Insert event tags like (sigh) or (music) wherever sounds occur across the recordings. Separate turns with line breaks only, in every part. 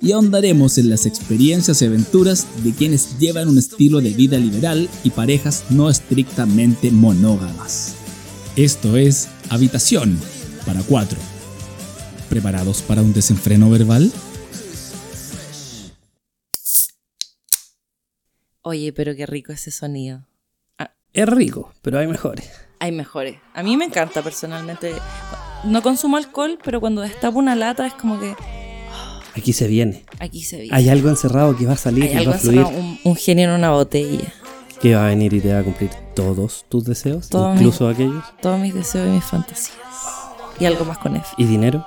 y ahondaremos en las experiencias y aventuras de quienes llevan un estilo de vida liberal y parejas no estrictamente monógamas. Esto es Habitación para cuatro. ¿Preparados para un desenfreno verbal?
Oye, pero qué rico ese sonido.
Es rico, pero hay mejores.
Hay mejores. A mí me encanta personalmente. No consumo alcohol, pero cuando destapo una lata es como que
Aquí se viene.
aquí se viene.
Hay algo encerrado que va a salir
Hay
y
algo
va a fluir.
encerrado, un, un genio en una botella.
Que va a venir y te va a cumplir todos tus deseos,
Todos mis-
incluso aquellos.
Todos mis deseos y mis fantasías. Y algo más con F.
Y dinero.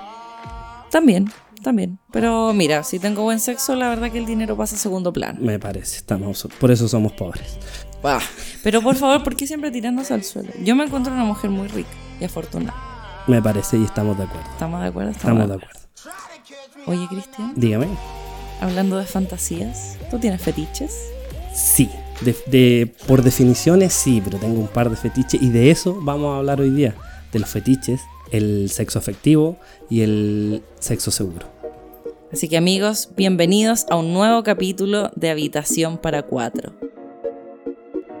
También, también. Pero mira, si tengo buen sexo, la verdad que el dinero pasa a segundo plano.
Me parece, estamos, por eso somos pobres. Ah.
Pero por favor, ¿por qué siempre tirándose al suelo? Yo me encuentro una mujer muy rica y afortunada.
Me parece y estamos de acuerdo.
¿Estamos de acuerdo?
Estamos de acuerdo.
Oye, Cristian,
Dígame.
hablando de fantasías, ¿tú tienes fetiches?
Sí. De, de- por definiciones sí, pero tengo un par de fetiches y de eso vamos a hablar hoy día. De los fetiches, el sexo afectivo y el sexo seguro.
Así que amigos, bienvenidos a un nuevo capítulo de Habitación para Cuatro.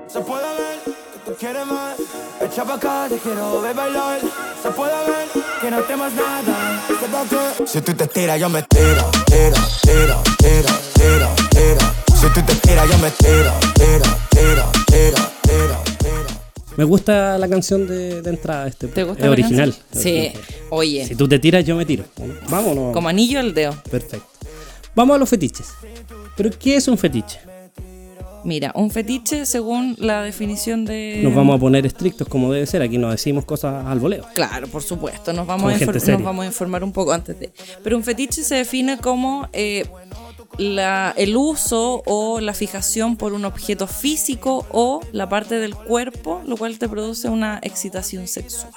Se puede ver que tú quieres más. Echa pa' acá, te quiero ver bailar. Se puede ver que no temas nada. Se va que- Si tú te tiras, yo me tiro, tiro, tiro, tiro, tiro, tiro. Si tú te tiras, yo me tiro, tiro, tiro, tiro, tiro, tiro.
Me gusta la canción de, de entrada. Este,
¿Te gusta
es
la
original.
canción? Sí, oye,
Si tú te tiras, yo me tiro. Vámonos.
como anillo al dedo.
Perfecto. Vamos a los fetiches. ¿Pero qué es un fetiche?
Mira, un fetiche según la definición de...
Nos vamos a poner estrictos como debe ser. Aquí nos decimos cosas al voleo.
Claro, por supuesto, nos vamos,
Como
a
gente
infor-
seria.
nos vamos a informar un poco antes de... Pero un fetiche se define como eh, la- el uso o la fijación por un objeto físico o la parte del cuerpo, lo cual te produce una excitación sexual.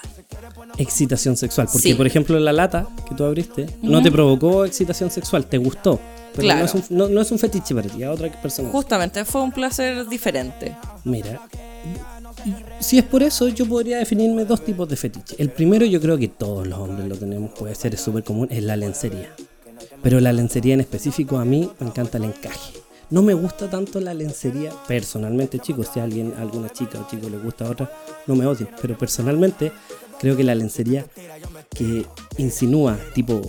Excitación sexual. Porque,
Sí.
por ejemplo, la lata que tú abriste no te provocó excitación sexual, te gustó. Pero
Claro.
no, es un, no- no es un fetiche para ti, a otra persona.
Justamente, fue un placer diferente.
Mira, si es por eso, yo podría definirme dos tipos de fetiche. El primero, yo creo que todos los hombres lo tenemos, puede ser es súper común, es la lencería. Pero la lencería en específico, a mí me encanta el encaje. No me gusta tanto la lencería personalmente, chicos. Si a alguien, a alguna chica o chico le gusta a otra, no me odien. Pero personalmente, creo que la lencería que insinúa, tipo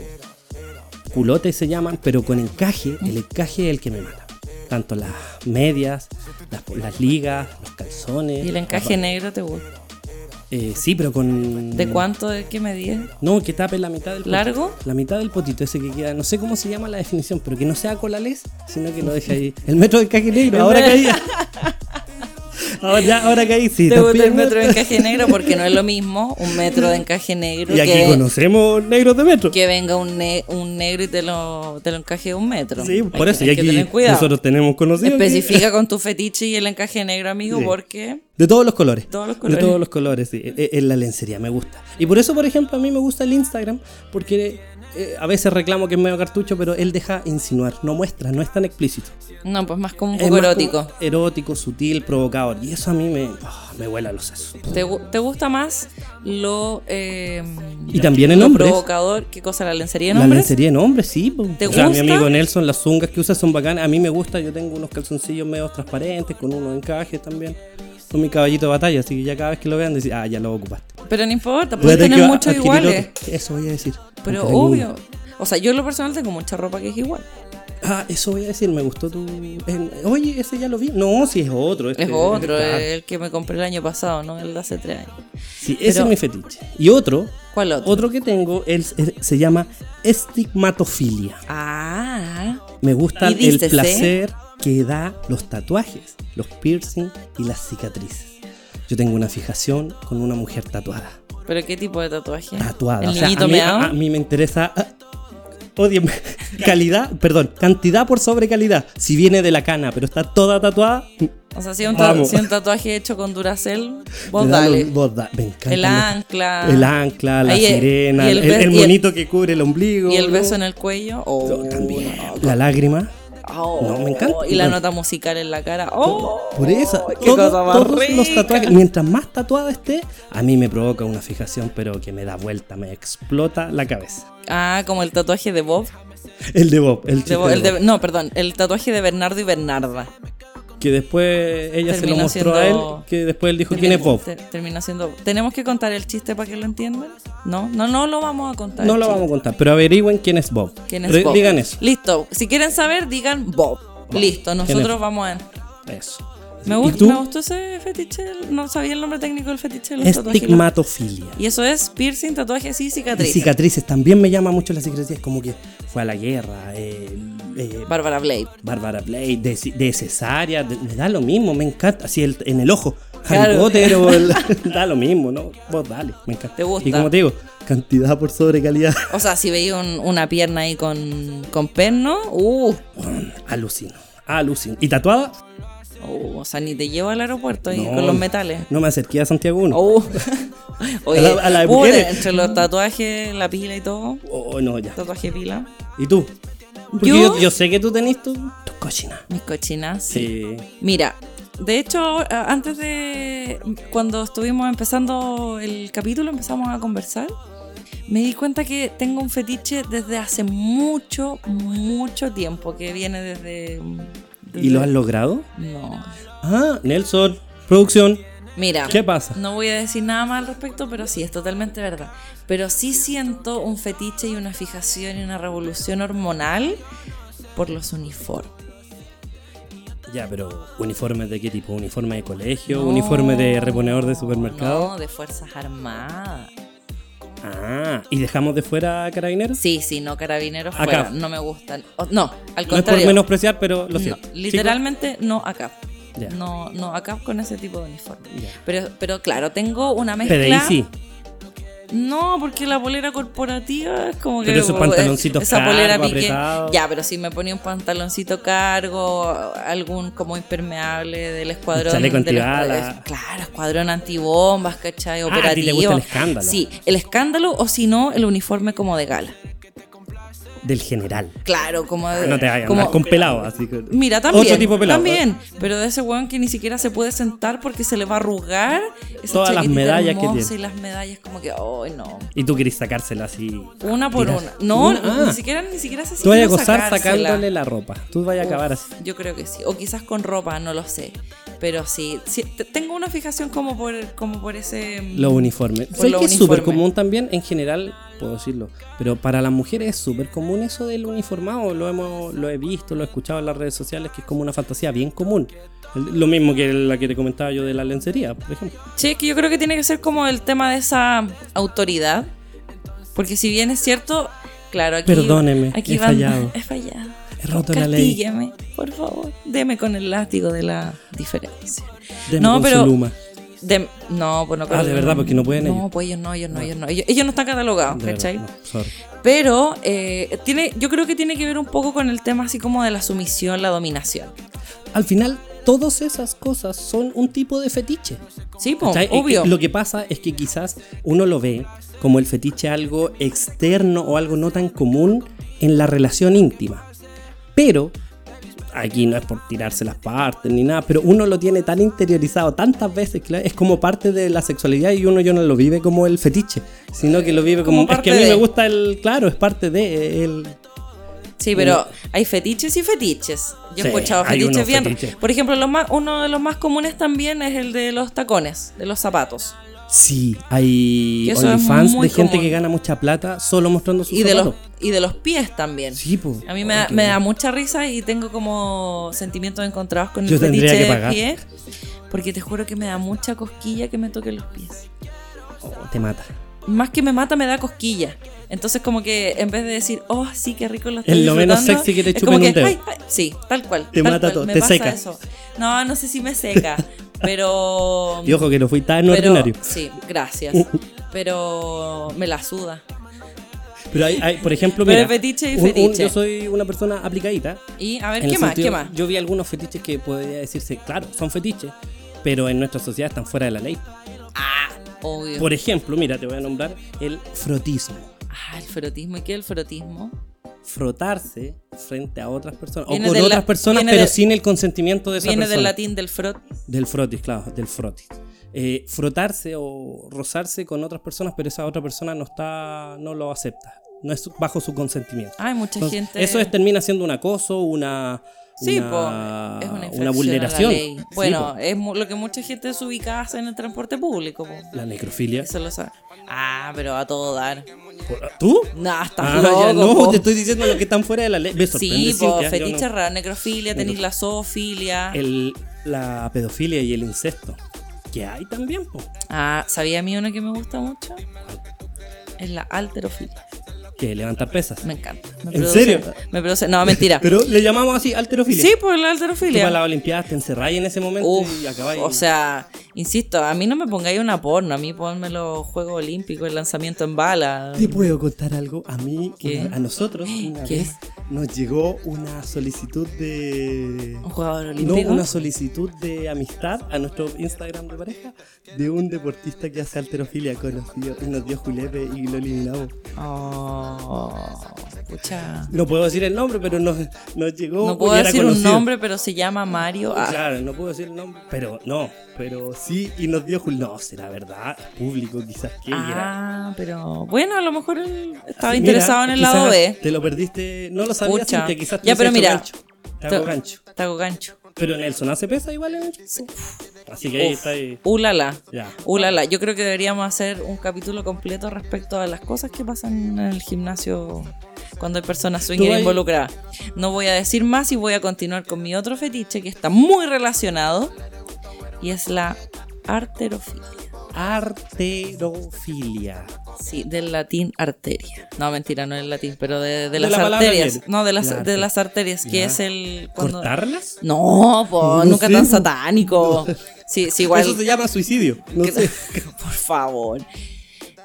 culotes se llaman, pero con encaje, el encaje es el que me mata. Tanto las medias, las, las ligas, los calzones.
¿Y el encaje negro te gusta?
Eh, sí, pero con.
¿De cuánto? ¿De qué medida?
No, que tape la mitad del potito.
¿Largo?
La mitad del potito, ese que queda. No sé cómo se llama la definición, pero que no sea colales, sino que lo deje ahí. El metro de encaje negro,
(laughs)
ahora caía. Ahora, ya, ahora caí, sí.
Te gusta el
también-
metro de
(laughs)
encaje negro porque no es lo mismo un metro de encaje negro
Y aquí
que,
conocemos negros de metro.
que venga un, ne- un negro y te lo, te lo encaje de un metro.
Sí,
Hay
por
que-
eso.
hay
Y
que
aquí
tener cuidado.
nosotros tenemos conocidos. que-
Especifica con tu fetiche y el encaje negro, amigo,
Sí.
porque
De todos los colores.
Todos los colores.
De todos los colores, sí. Es- Es la lencería, me gusta. Y por eso, por ejemplo, a mí me gusta el Instagram, porque eh, a veces reclamo que es medio cartucho, pero él deja insinuar, no muestra, no es tan explícito.
no, pues más como un
Es
poco
más
erótico.
como Erótico, sutil, provocador. Y eso a mí me, ah, me vuela los sesos.
¿Te, gu- te gusta más lo eh,
Y también en
lo
hombres.
provocador? ¿Qué cosa? ¿La lencería en
La
hombres?
lencería en hombres, sí. po.
¿Te
o sea, mi
gusta?
amigo Nelson, las zungas que usa son bacanas. A mí me gusta, yo tengo unos calzoncillos medio transparentes, con unos encajes también. Son mi caballito de batalla, así que ya cada vez que lo vean, decís, ah, ya lo ocupaste.
Pero no importa,
Voy a
pueden
tener
tener
que
muchos
adquirir
iguales.
otro. Eso voy a decir.
Pero
Nunca vi uno.
obvio. O sea, yo en lo personal tengo mucha ropa que es igual.
Ah, eso voy a decir, me gustó tu. el- oye, ese ya lo vi. No, si es otro. este-
Es otro, eh.
claro.
el que me compré el año pasado, ¿no? El de hace tres años.
Sí, ese
pero-
es mi fetiche. Y otro,
¿Cuál otro?
otro, que tengo es- es- se llama estigmatofilia.
Ah,
Me gusta
Y
el
dícese-
placer que da los tatuajes, los piercing y las cicatrices. Yo tengo una fijación con una mujer tatuada.
pero ¿qué tipo de tatuaje?
Tatuada.
¿El
o sea,
niñito
a, mí,
meado?
a- a mí me interesa. ah, Ódienme. (laughs) Calidad, perdón, cantidad por sobre calidad. Si viene de la cana, pero está toda tatuada,
O sea, si es un, ta-
Vamos.
si es un tatuaje hecho con Duracell, vos
me da
dale.
lo- vos da- me encanta.
El
los-
ancla.
El ancla, la
Ahí, eh,
sirena,
y
el,
el be-
el
y el-
monito que cubre el ombligo.
Y el beso en el cuello. Oh,
Oh, También.
no.
La lágrima.
Oh,
No, me encanta.
Y la
Bueno.
nota musical en la cara. Oh,
Por eso,
qué
todo-
cosa más
todos los
rica.
tatuajes, mientras más tatuada esté, a mí me provoca una fijación, pero que me da vuelta, me explota la cabeza.
Ah, como el tatuaje de Bob.
El de Bob, el,
De
chiste
Bob- el
de
de-
Bob,
no, perdón. El tatuaje de Bernardo y Bernarda.
que después ella se lo
Terminó
mostró a él,
siendo-
que después él dijo quién es Bob.
Te- terminó siendo Bob. ¿Tenemos que contar el chiste para que lo entiendan? No, no, no lo vamos a contar.
No
el
lo
chiste.
vamos a contar, pero averigüen quién es Bob.
¿Quién es
Re-
Bob?
Digan eso.
Listo. Si quieren saber, digan Bob. Listo,
¿Quién es
nosotros
Bob?
vamos a.
Eso.
Me,
¿Y
gust-
tú?
me gustó ese fetiche. No sabía el nombre técnico del fetiche de los tatuajes.
Estigmatofilia.
Y eso es piercing, tatuajes y
Y
cicatrices.
cicatrices también me llama mucho las cicatrices, como que fue a la guerra, eh, eh,
Bárbara Blade.
Bárbara Blade, de, de cesárea, de- me da lo mismo, me encanta. Así el, en el ojo, Harry
Claro.
Potter o
(laughs)
el- (laughs) da lo mismo, ¿no? Vos dale, me encanta.
Te gusta.
Y como te digo, cantidad por sobre calidad.
O sea, si veía un- una pierna ahí con, con perno, uh,
(laughs) Alucino, alucino. ¿Y tatuada?
uh, o sea, ni te llevo al aeropuerto ahí
No,
con los metales.
No me acerqué a Santiago 1.
(laughs) Uh. Oye,
Oh. A la- a la de
puta,
mujeres.
entre los tatuajes, la pila y todo,
Oh, no, ya.
tatuaje pila,
¿Y tú? Porque
¿Yo?
¿Yo? yo sé que tú tenés tu, tu cochina.
mis cochinas.
Sí.
Mira, de hecho, a- antes de cuando estuvimos empezando el capítulo, empezamos a conversar. Me di cuenta que tengo un fetiche desde hace mucho, mucho tiempo, que viene desde...
¿Y lo has logrado?
No.
Ah, Nelson, producción.
Mira,
¿Qué pasa?
no voy a decir nada más al respecto, pero sí, es totalmente verdad. Pero sí siento un fetiche y una fijación y una revolución hormonal por los uniformes.
Ya, pero ¿uniformes de qué tipo? ¿Uniforme de colegio?
No,
¿Uniforme de reponedor de supermercado?
No, de Fuerzas Armadas.
Ah, ¿y dejamos de fuera a carabineros?
Sí, sí, no, carabineros
Acá.
fuera, no me gustan. O- no, al
No es por
contrario.
menospreciar, pero
No,
lo siento.
literalmente no acá.
Chicos, ya.
No, no acá con ese tipo de uniforme.
Ya.
Pero, pero claro, tengo una mezcla.
PDI sí.
No, porque la polera corporativa es como que. (laughs)
Pero esos pantaloncitos
esa
cargo,
polera piqué.
apretados.
Ya, pero si me ponía un pantaloncito cargo, algún como impermeable del escuadrón.
Chaleco
del
antibala. Ah,
escuadrón- Claro, escuadrón antibombas, ¿cachai?
a ti te
Operativo.
gusta el escándalo.
Sí, el escándalo o si no, el uniforme como de gala.
Del general.
Claro, como de.
Ah, No te vayas a
como-
andar con pelado, así que...
Mira, también.
Otro tipo de pelado. ¿eh?
También. Pero de ese weón que ni siquiera se puede sentar porque se le va a arrugar. esa
Todas las
chaquetita
medallas que
hermosa
tiene.
Y las medallas, como que, ay, no.
Y tú querés sacársela así.
Una por
Mira,
una. No,
una-
ni
ah.
siquiera, ni siquiera se
Tú vayas
siquiera
a gozar
sacársela.
sacándole la ropa. Tú vayas a acabar así.
Yo creo que sí. O quizás con ropa, no lo sé. Pero sí. sí, t- tengo una fijación como por, como por ese. mm,
Los uniformes.
Por
Sé
los
que es súper
uniformes.
común también, en general, puedo decirlo, pero para las mujeres es súper común eso del uniformado. Lo, hemos, lo he visto, lo he escuchado en las redes sociales, que es como una fantasía bien común. El- Lo mismo que la que te comentaba yo de la lencería, por ejemplo.
Sí, es que yo creo que tiene que ser como el tema de esa autoridad. Porque si bien es cierto, claro, aquí.
Perdóneme,
aquí
he
van-
fallado.
He fallado.
He roto la ley.
Castígueme, por favor. Deme con el látigo de la diferencia.
Deme
No,
con su
pero-
luma.
Dem- no, pues no. con
Ah, ¿de
el-
verdad? Porque no pueden
No,
ellos.
pues ellos no, ellos no, ellos no. Ellos, ellos no están catalogados,
De verdad,
¿cachai?
no, sorry.
Pero eh, tiene, yo creo que tiene que ver un poco con el tema así como de la sumisión, la dominación.
Al final, todas esas cosas son un tipo de fetiche.
Sí, po,
¿Cachai? Y-
obvio.
y Lo que pasa es que quizás uno lo ve como el fetiche algo externo o algo no tan común en la relación íntima. Pero, aquí no es por tirarse las partes ni nada, pero uno lo tiene tan interiorizado tantas veces que la- es como parte de la sexualidad y uno ya no lo vive como el fetiche, sino que lo vive
Como
como... es
parte
que a mí
de".
me gusta el... Claro, es parte de... El,
Sí, pero hay fetiches y fetiches. Yo he
Sí,
escuchado
hay
fetiches
unos
bien.
fetiches.
Por ejemplo, lo más, uno de los más comunes también es el de los tacones, de los zapatos.
Sí, hay
Y eso es
OnlyFans de
muy
gente
común.
que gana mucha plata solo mostrando sus
Y de, los,
zapatos.
y de los pies también.
Sí, po.
A mí me, da-
Porque-
me da mucha risa y tengo como sentimientos encontrados con
Yo
el
tendría
fetiche
que
de
pagar.
pie. Porque te juro que me da mucha cosquilla que me toquen los pies.
Oh, te mata.
Más que me mata, me da cosquilla. Entonces, como que en vez de decir, oh, sí, qué rico lo estoy
Es lo menos
disfrutando",
sexy que te
es
chupen
como que,
un dedo.
"Ay, ay", Sí, tal cual.
Te
tal
mata
cual,
todo,
me
te
pasa
seca.
eso. No, no sé si me
(laughs)
seca, pero.
Y ojo que no fui tan
pero-
ordinario. Uh,
Sí, gracias. Pero me la suda.
Pero hay, hay, por ejemplo,
Pero
mira,
es fetiche y
un- un-
fetiche.
yo soy una persona aplicadita.
Y a ver,
en
¿qué
el
más?
sentido-
¿Qué más?
Yo vi algunos fetiches que podría decirse, claro, son fetiches, pero en nuestra sociedad están fuera de la ley.
Ah, Obvio.
Por ejemplo, mira, te voy a nombrar el frotismo.
Ah, el frotismo. ¿Y qué es el frotismo?
Frotarse frente a otras personas o
Viene
con
del
otras
la-
personas,
viene
pero
del-
sin el consentimiento de esa
Viene
persona.
del latín del frot.
Del frotis, claro, del frotis. Eh, frotarse o rozarse con otras personas, pero esa otra persona no está, no lo acepta. No es bajo su consentimiento.
Ay, mucha
Entonces,
gente.
Eso es- termina siendo un acoso, una.
Sí,
una,
po, es una, infracción a la
vulneración.
ley.
Sí,
Bueno,
po,
es mu- lo que mucha gente desubicada hace en el transporte público. po.
la necrofilia.
Eso lo sabe. Ah, pero a todo dar.
¿Tú?
Nah, estás
Ah,
loco,
ya, no,
po.
te estoy diciendo lo que están fuera de la ley. Me sorprende,
Sí, po,
Cintia, yo
fetiche
no-
raro, necrofilia, tenéis la zoofilia.
El- la pedofilia y el incesto. Que hay también, po.
Ah, ¿sabía a mí una que me gusta mucho? Es la alterofilia.
Que levantar pesas.
Me encanta. Me
¿En serio?
Me produce. No, mentira.
(laughs) Pero le llamamos así alterofilia.
sí, por la
Tú para las
alterofilia.
Olimpiadas te encerráis en ese momento
Uf,
y acabáis.
o sea, insisto, a mí no me pongáis una porno, a mí ponme los Juegos Olímpicos, el lanzamiento en bala.
Te puedo contar algo. A mí,
¿Qué?
a nosotros, una
¿Qué?
vez nos llegó una solicitud de.
¿Un jugador
No,
olímpico?
una solicitud de amistad a nuestro Instagram de pareja de un deportista que hace alterofilia conocido y nos dio julepe y lo eliminamos.
Oh, pucha.
No puedo decir el nombre, pero nos, nos llegó.
No
y
puedo
era
decir un
conocido.
nombre, pero se llama Mario. Ah,
Claro, no puedo decir el nombre, pero no, pero sí, y nos dio jul- No, será verdad, público quizás que era.
Ah, pero bueno, a lo mejor él estaba
Mira,
interesado en el
quizás
lado B.
Te lo perdiste, no lo sabías,
Pucha.
Cintia, quizás te
Ya, pero
hubiese hecho
mira.
gancho. Te hago gancho.
Te hago gancho.
Pero Nelson hace pesa igual en el Así que ahí
Uf,
está ahí.
Ulala.
Ya.
Ulala. Yo creo que deberíamos hacer un capítulo completo respecto a las cosas que pasan en el gimnasio cuando hay personas
Tú
swinger
vas-
involucradas. No voy a decir más y voy a continuar con mi otro fetiche que está muy relacionado y es la arterofilia.
Arterofilia.
Sí, del latín arteria. No, mentira, no del latín, pero de, de las
la palabra
arterias.
viene.
No, de las,
La
de
arteria.
las arterias, que
Ya.
es el. cuando-
¿Cortarlas?
No, po,
(laughs) No
nunca
sé,
tan
po.
satánico. Sí, sí, igual.
Eso se llama suicidio.
(laughs)
No
que-
sé.
Por favor.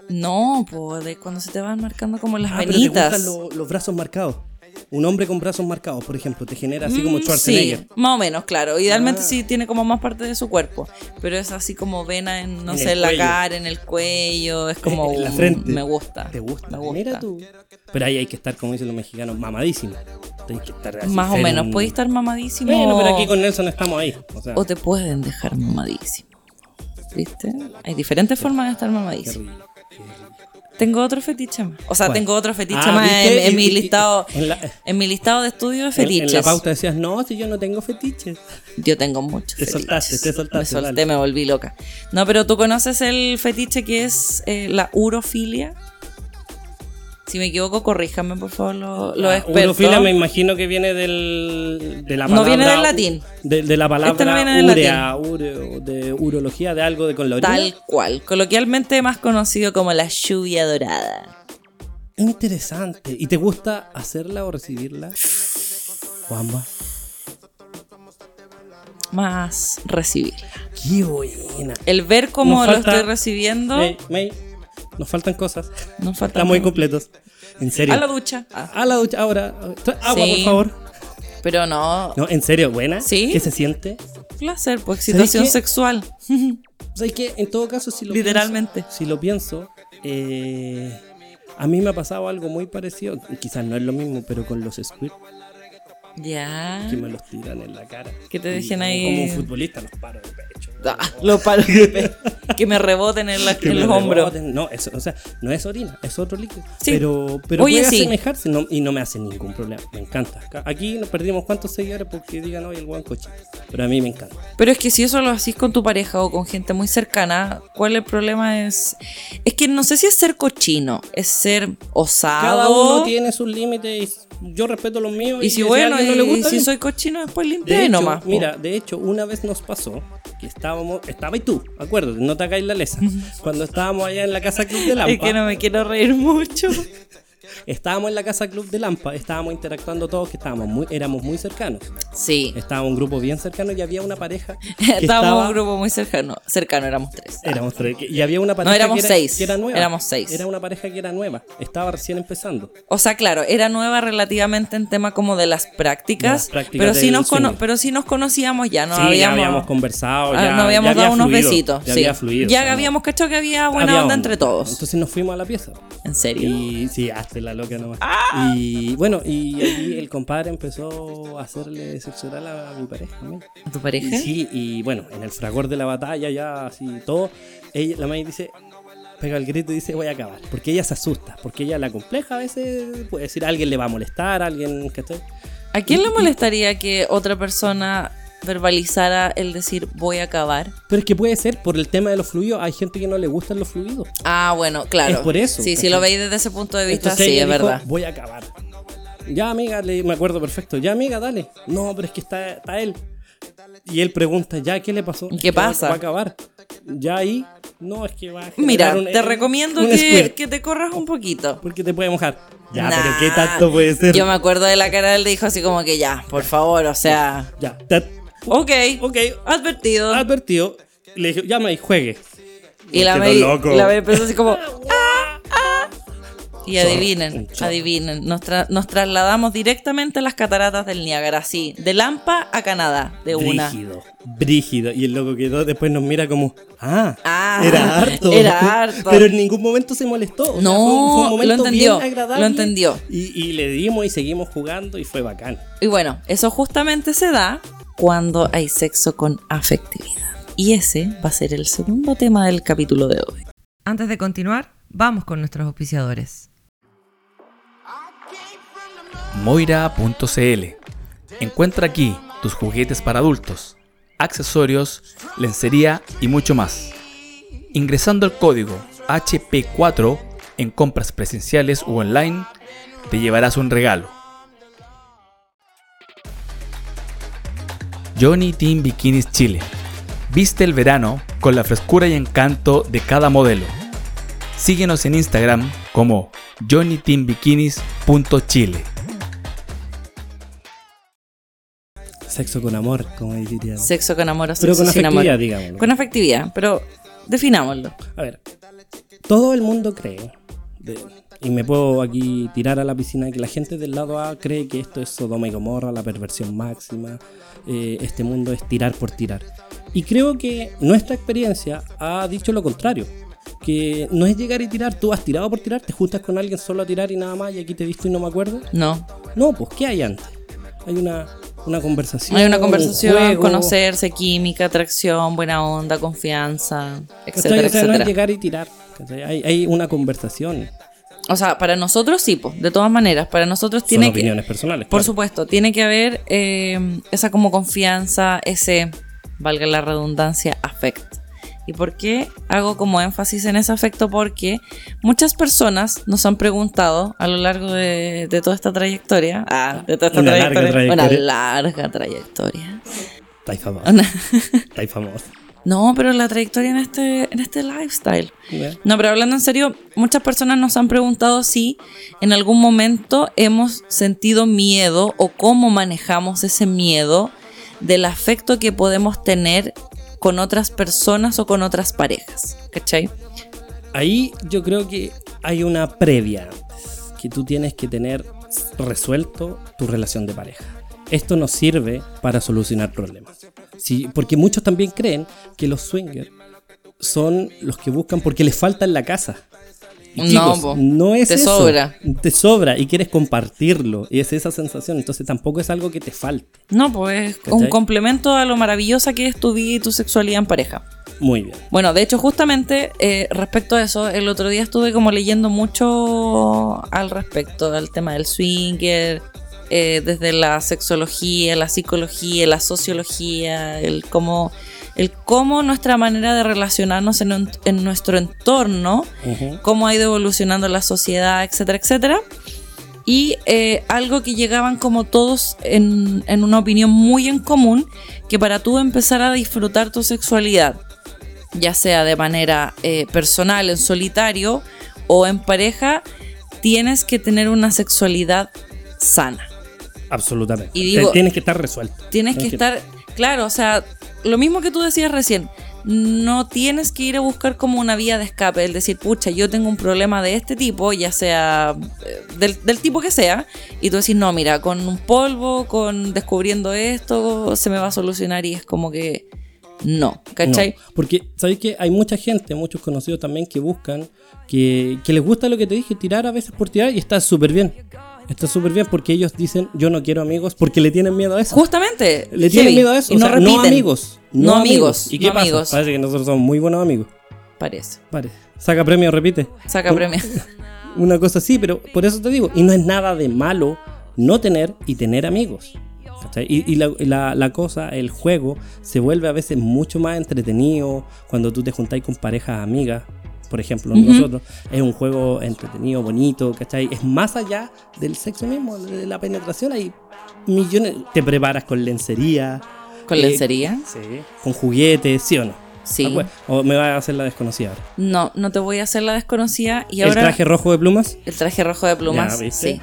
No, po, de cuando se te van marcando como las
Ah, pero te
venitas.
gustan lo- los brazos marcados. Un hombre con brazos marcados, por ejemplo, te genera así como
Mm,
Schwarzenegger.
sí, más o menos, claro. Idealmente
Ah.
sí tiene como más parte de su cuerpo, pero es así como vena en, no
En
sé,
el
en la
cuello.
cara, en el cuello, es como
En la
un-
frente.
me gusta.
¿Te gusta?
Me gusta.
Mira tú. Pero ahí hay que estar, como dicen los mexicanos, mamadísimo. Tenés que estar así,
Más o
ser
menos, pues,
un-
puede estar mamadísimo.
Bueno, pero aquí con Nelson estamos ahí. O sea,
O te pueden dejar mamadísimo. ¿Viste? Hay diferentes formas de estar
qué
mamadísimo.
rico.
Tengo otro fetiche más. O sea,
¿Cuál?
tengo otro fetiche
Ah,
más en,
¿viste?
en
Y-
mi
y-
listado.
en la-
En mi listado de estudio de
En,
fetiches.
en la pauta decías, no, si yo no tengo fetiches.
Yo tengo muchos.
Te soltaste,
fetiches.
te soltaste,
Me solté,
dale.
me volví loca. No, pero tú conoces el fetiche que es eh, la urofilia. Si me equivoco, corríjame, por favor, lo, lo
Ah,
expertos.
urofilia me imagino que viene del, de la
No
palabra.
viene del latín.
De, de la palabra
Este no viene del
urea, ureo, de urología, de algo de con la orina.
Tal cual. Coloquialmente más conocido como la lluvia dorada.
Interesante. ¿Y te gusta hacerla o recibirla? O ambas.
Más recibir.
Qué buena.
El ver cómo
Nos
lo
falta-
estoy recibiendo
May, May, nos faltan cosas.
nos falta
Estamos muy
mucho.
completos. En serio.
a la ducha. Ah,
A la ducha, ahora. Agua,
Sí.
por favor.
pero no,
No, en serio, buena.
Sí.
¿Qué se siente?
placer, pues excitación
qué?
sexual.
¿Sabes qué? En todo caso, si lo
Literalmente.
pienso, si lo pienso, eh, a mí me ha pasado algo muy parecido. Quizás no es lo mismo, pero con los squirt
Ya.
que me los tiran en la cara.
Ah. Que te
Y
dejen
como-
ahí-
(laughs) Como un futbolista los paro de pecho.
Ah, lo paro de pe- que me reboten en, la-
Que
en
me
los hombros.
reboten. No, eso, o sea, no es orina, es otro líquido.
Sí.
Pero, pero
Oye,
puede
sí.
asemejarse no- y no me hace ningún problema. Me encanta. Acá- Aquí nos perdimos cuántos seguidores porque digan hoy el buen coche. Pero a mí me encanta.
Pero es que si eso lo haces con tu pareja o con gente muy cercana, ¿cuál el problema es? Es que no sé si es ser cochino, es ser osado.
Cada uno tiene sus límites. y Yo respeto los míos.
Y si
a
bueno,
alguien
y
no le gusta,
si
bien.
soy cochino, después
De
limpié
hecho,
nomás. po.
Mira, de hecho, una vez nos pasó que estábamos, estaba y tú, acuérdate, no te hagáis
(laughs)
la lesa. Cuando estábamos allá en la casa Club de Lampa,
es que no me quiero reír
(laughs)
mucho.
estábamos en la casa Club de Lampa, estábamos interactuando todos, que estábamos muy, éramos muy cercanos.
Sí,
Estaba un grupo bien cercano y había una pareja. que
(laughs) estábamos
estaba-
un grupo muy cercano, cercano éramos tres.
Éramos tres. que- Y había una pareja
éramos
que, era,
seis.
que era nueva.
Éramos seis.
Era una pareja que era nueva. Estaba recién empezando.
O sea, claro, era nueva relativamente en tema como de las prácticas,
Las prácticas
pero,
del
sí nos cono-
swing.
pero sí nos conocíamos ya, no
sí,
habíamos,
ya habíamos conversado.
ah,
Ya,
no habíamos
ya había
dado unos
fluido,
besitos.
Ya
sí.
había fluido.
Ya
o sea,
habíamos cachado que había
no-
buena
había
onda
onda.
entre todos.
Entonces nos fuimos a la pieza.
¿En serio?
Y sí, hazte la loca nomás. Y bueno, y ahí el compadre empezó a hacerle sexo oral a mi pareja. a mí.
¿Tu
Y
pareja?
sí, y bueno, en el fragor de la batalla, ya así todo, ella, la May dice, pega el grito y dice, voy a acabar. Porque ella se asusta, porque ella la compleja a veces, puede decir, a alguien le va a molestar, a alguien, ¿cachai?
¿A quién le molestaría que otra persona verbalizara el decir voy a acabar?
Pero es que puede ser por el tema de los fluidos, hay gente que no le gustan los fluidos.
Ah, bueno, claro.
Es por eso,
Sí, si
¿cachai?
lo veis desde ese punto de vista,
Entonces
sí,
ella
es
dijo,
verdad.
Voy a acabar. Ya, amiga, le, me acuerdo perfecto. Ya, amiga, dale. No, pero es que está, está él. Y él pregunta, ¿ya qué le pasó?
¿Y
"Es
qué
que va-
pasa?"
Va a acabar. Ya ahí, no, es que va a
Mira,
generar un-
te recomiendo
un
que,
squirt,
que te corras un poquito.
Porque te puede mojar.
Nah,
Ya, pero ¿qué tanto puede ser?
Yo me acuerdo de la cara del dijo así como que ya, por favor, o sea.
Ya, te-
Ok,
ok,
advertido.
advertido. Le dije, ya me juegue.
y la
Ah, quedó
May,
loco.
la May empezó así
(laughs)
como. "Ah, ah". Y adivinen,
chorro.
adivinen. Nos, tra- nos trasladamos directamente a las cataratas del Niágara, así. De Lampa a Canadá, de una.
Brígido, brígido. Y el loco quedó, después nos mira como, ah,
Ah, (laughs)
era harto.
era harto.
Pero en ningún momento se molestó. o sea,
No,
fue, un- fue un
lo
momento
entendió,
bien agradable.
lo entendió.
Y, y le dimos y seguimos jugando y fue bacán.
Y bueno, eso justamente se da cuando hay sexo con afectividad. Y ese va a ser el segundo tema del capítulo de hoy.
Antes de continuar, vamos con nuestros auspiciadores.
Moira.cl Encuentra aquí tus juguetes para adultos, accesorios, lencería y mucho más. Ingresando el código HP4 en compras presenciales u online, te llevarás un regalo. Johnny Team Bikinis Chile. Viste el verano con la frescura y encanto de cada modelo. Síguenos en Instagram como johnnyteambikinis.chile.
Sexo con amor, como diría.
Sexo con amor o sexo
Pero con
sin
afectividad,
amor.
digámoslo.
Con afectividad, pero definámoslo.
A ver, todo el mundo cree, de- y me puedo aquí tirar a la piscina, que la gente del lado A cree que esto es Sodoma y Gomorra, la perversión máxima, eh, este mundo es tirar por tirar. Y creo que nuestra experiencia ha dicho lo contrario. Que no es llegar y tirar, tú has tirado por tirar, te juntas con alguien solo a tirar y nada más, y aquí te he visto y no me acuerdo.
No.
No, pues, ¿qué hay antes? Hay una, una conversación.
Hay una
un
conversación,
juego.
conocerse, química, atracción, buena onda, confianza,
¿Cachai?
etcétera,
O sea, no es
etcétera.
llegar y tirar. ¿cachai? Hay, hay una conversación.
O sea, para nosotros sí, po, de todas maneras, para nosotros tiene
Son
que...
opiniones personales.
Por
claro.
supuesto, tiene que haber eh, esa como confianza, ese, valga la redundancia, afecto. ¿Y por qué hago como énfasis en ese afecto? Porque muchas personas nos han preguntado a lo largo de, de toda esta trayectoria, ah, de toda esta
Una larga
trayectoria,
trayectoria.
una larga trayectoria. (laughs)
Estáis famosos.
Una-
Estáis famosos.
no, pero la trayectoria en este, en este lifestyle.
Ya.
No, pero hablando en serio, muchas personas nos han preguntado si en algún momento hemos sentido miedo o cómo manejamos ese miedo del afecto que podemos tener con otras personas o con otras parejas. ¿Cachai?
Ahí yo creo que hay una previa antes, que tú tienes que tener resuelto tu relación de pareja. Esto nos sirve para solucionar problemas. Sí, porque muchos también creen que los swingers son los que buscan porque les falta en la casa. Y
No, po.
no es
Te
eso.
sobra.
Te sobra y quieres compartirlo. Y es esa sensación. Entonces tampoco es algo que te falte.
No, pues es
¿Cachai?
un complemento a lo maravillosa que es tu vida y tu sexualidad en pareja.
Muy bien.
Bueno, de hecho, justamente eh, respecto a eso, el otro día estuve como leyendo mucho al respecto, al tema del swinger, eh, desde la sexología, la psicología, la sociología, el cómo, el cómo nuestra manera de relacionarnos en, un- en nuestro entorno,
Ujú.
cómo ha ido evolucionando la sociedad, etcétera, etcétera. Y eh, algo que llegaban como todos en, en una opinión muy en común, que para tú empezar a disfrutar tu sexualidad, ya sea de manera eh, personal, en solitario o en pareja, tienes que tener una sexualidad sana.
Absolutamente.
Y digo-
Te- tienes que estar resuelto.
Tienes que
Entiendo.
estar, claro, o sea, lo mismo que tú decías recién, no tienes que ir a buscar como una vía de escape, el decir, pucha, yo tengo un problema de este tipo, ya sea eh, del, del tipo que sea, y tú decís, no, mira, con un polvo, con descubriendo esto, se me va a solucionar y es como que no, ¿cachai?
No, porque, ¿sabéis que Hay mucha gente, muchos conocidos también, que buscan, que, que les gusta lo que te dije, tirar a veces por tirar y está súper bien. Está súper bien porque ellos dicen, yo no quiero amigos porque le tienen miedo a eso.
Justamente.
Le tienen
heavy,
miedo a eso.
y
o sea, no
repiten,
amigos.
No amigos,
¿Y qué
no
pasa?
amigos.
Parece que nosotros somos muy buenos amigos.
Parece.
Vale. Saca premio, repite.
Saca
(laughs)
premio.
Una cosa así, pero por eso te digo, y no es nada de malo no tener y tener amigos. ¿cachai? Y, y la, la- la cosa, el juego, se vuelve a veces mucho más entretenido cuando tú te juntáis con parejas amigas. Por ejemplo, nosotros es un juego entretenido, bonito, ¿cachai? Es más allá del sexo mismo, de la penetración. Hay millones. Te preparas con lencería,
Con
Eh,
lencería.
con juguetes, ¿sí o no?
Sí.
Ah, pues, o me va a hacer la desconocida ahora.
No, no te voy a hacer la desconocida. Y
¿El
ahora.
traje rojo de plumas?
El traje rojo de plumas.
Ya, ¿viste?
sí.